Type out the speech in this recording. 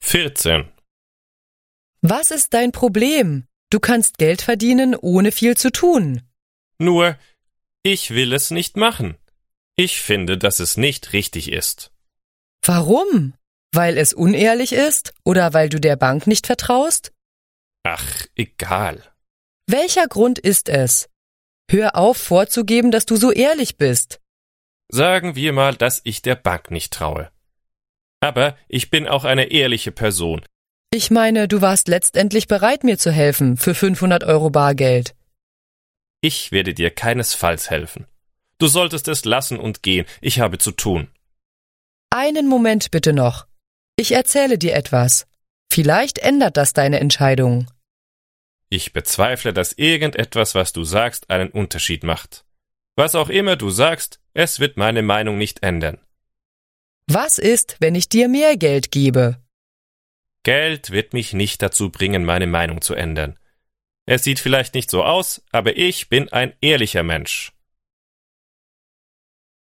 vierzehn. Was ist dein Problem? Du kannst Geld verdienen, ohne viel zu tun. Nur, ich will es nicht machen. Ich finde, dass es nicht richtig ist. Warum? Weil es unehrlich ist oder weil du der Bank nicht vertraust? Ach, egal. Welcher Grund ist es? Hör auf vorzugeben, dass du so ehrlich bist. Sagen wir mal, dass ich der Bank nicht traue. Aber ich bin auch eine ehrliche Person. Ich meine, du warst letztendlich bereit, mir zu helfen für 500 Euro Bargeld. Ich werde dir keinesfalls helfen. Du solltest es lassen und gehen. Ich habe zu tun. Einen Moment bitte noch. Ich erzähle dir etwas. Vielleicht ändert das deine Entscheidung. Ich bezweifle, dass irgendetwas, was du sagst, einen Unterschied macht. Was auch immer du sagst, es wird meine Meinung nicht ändern. Was ist, wenn ich dir mehr Geld gebe? Geld wird mich nicht dazu bringen, meine Meinung zu ändern. Es sieht vielleicht nicht so aus, aber ich bin ein ehrlicher Mensch.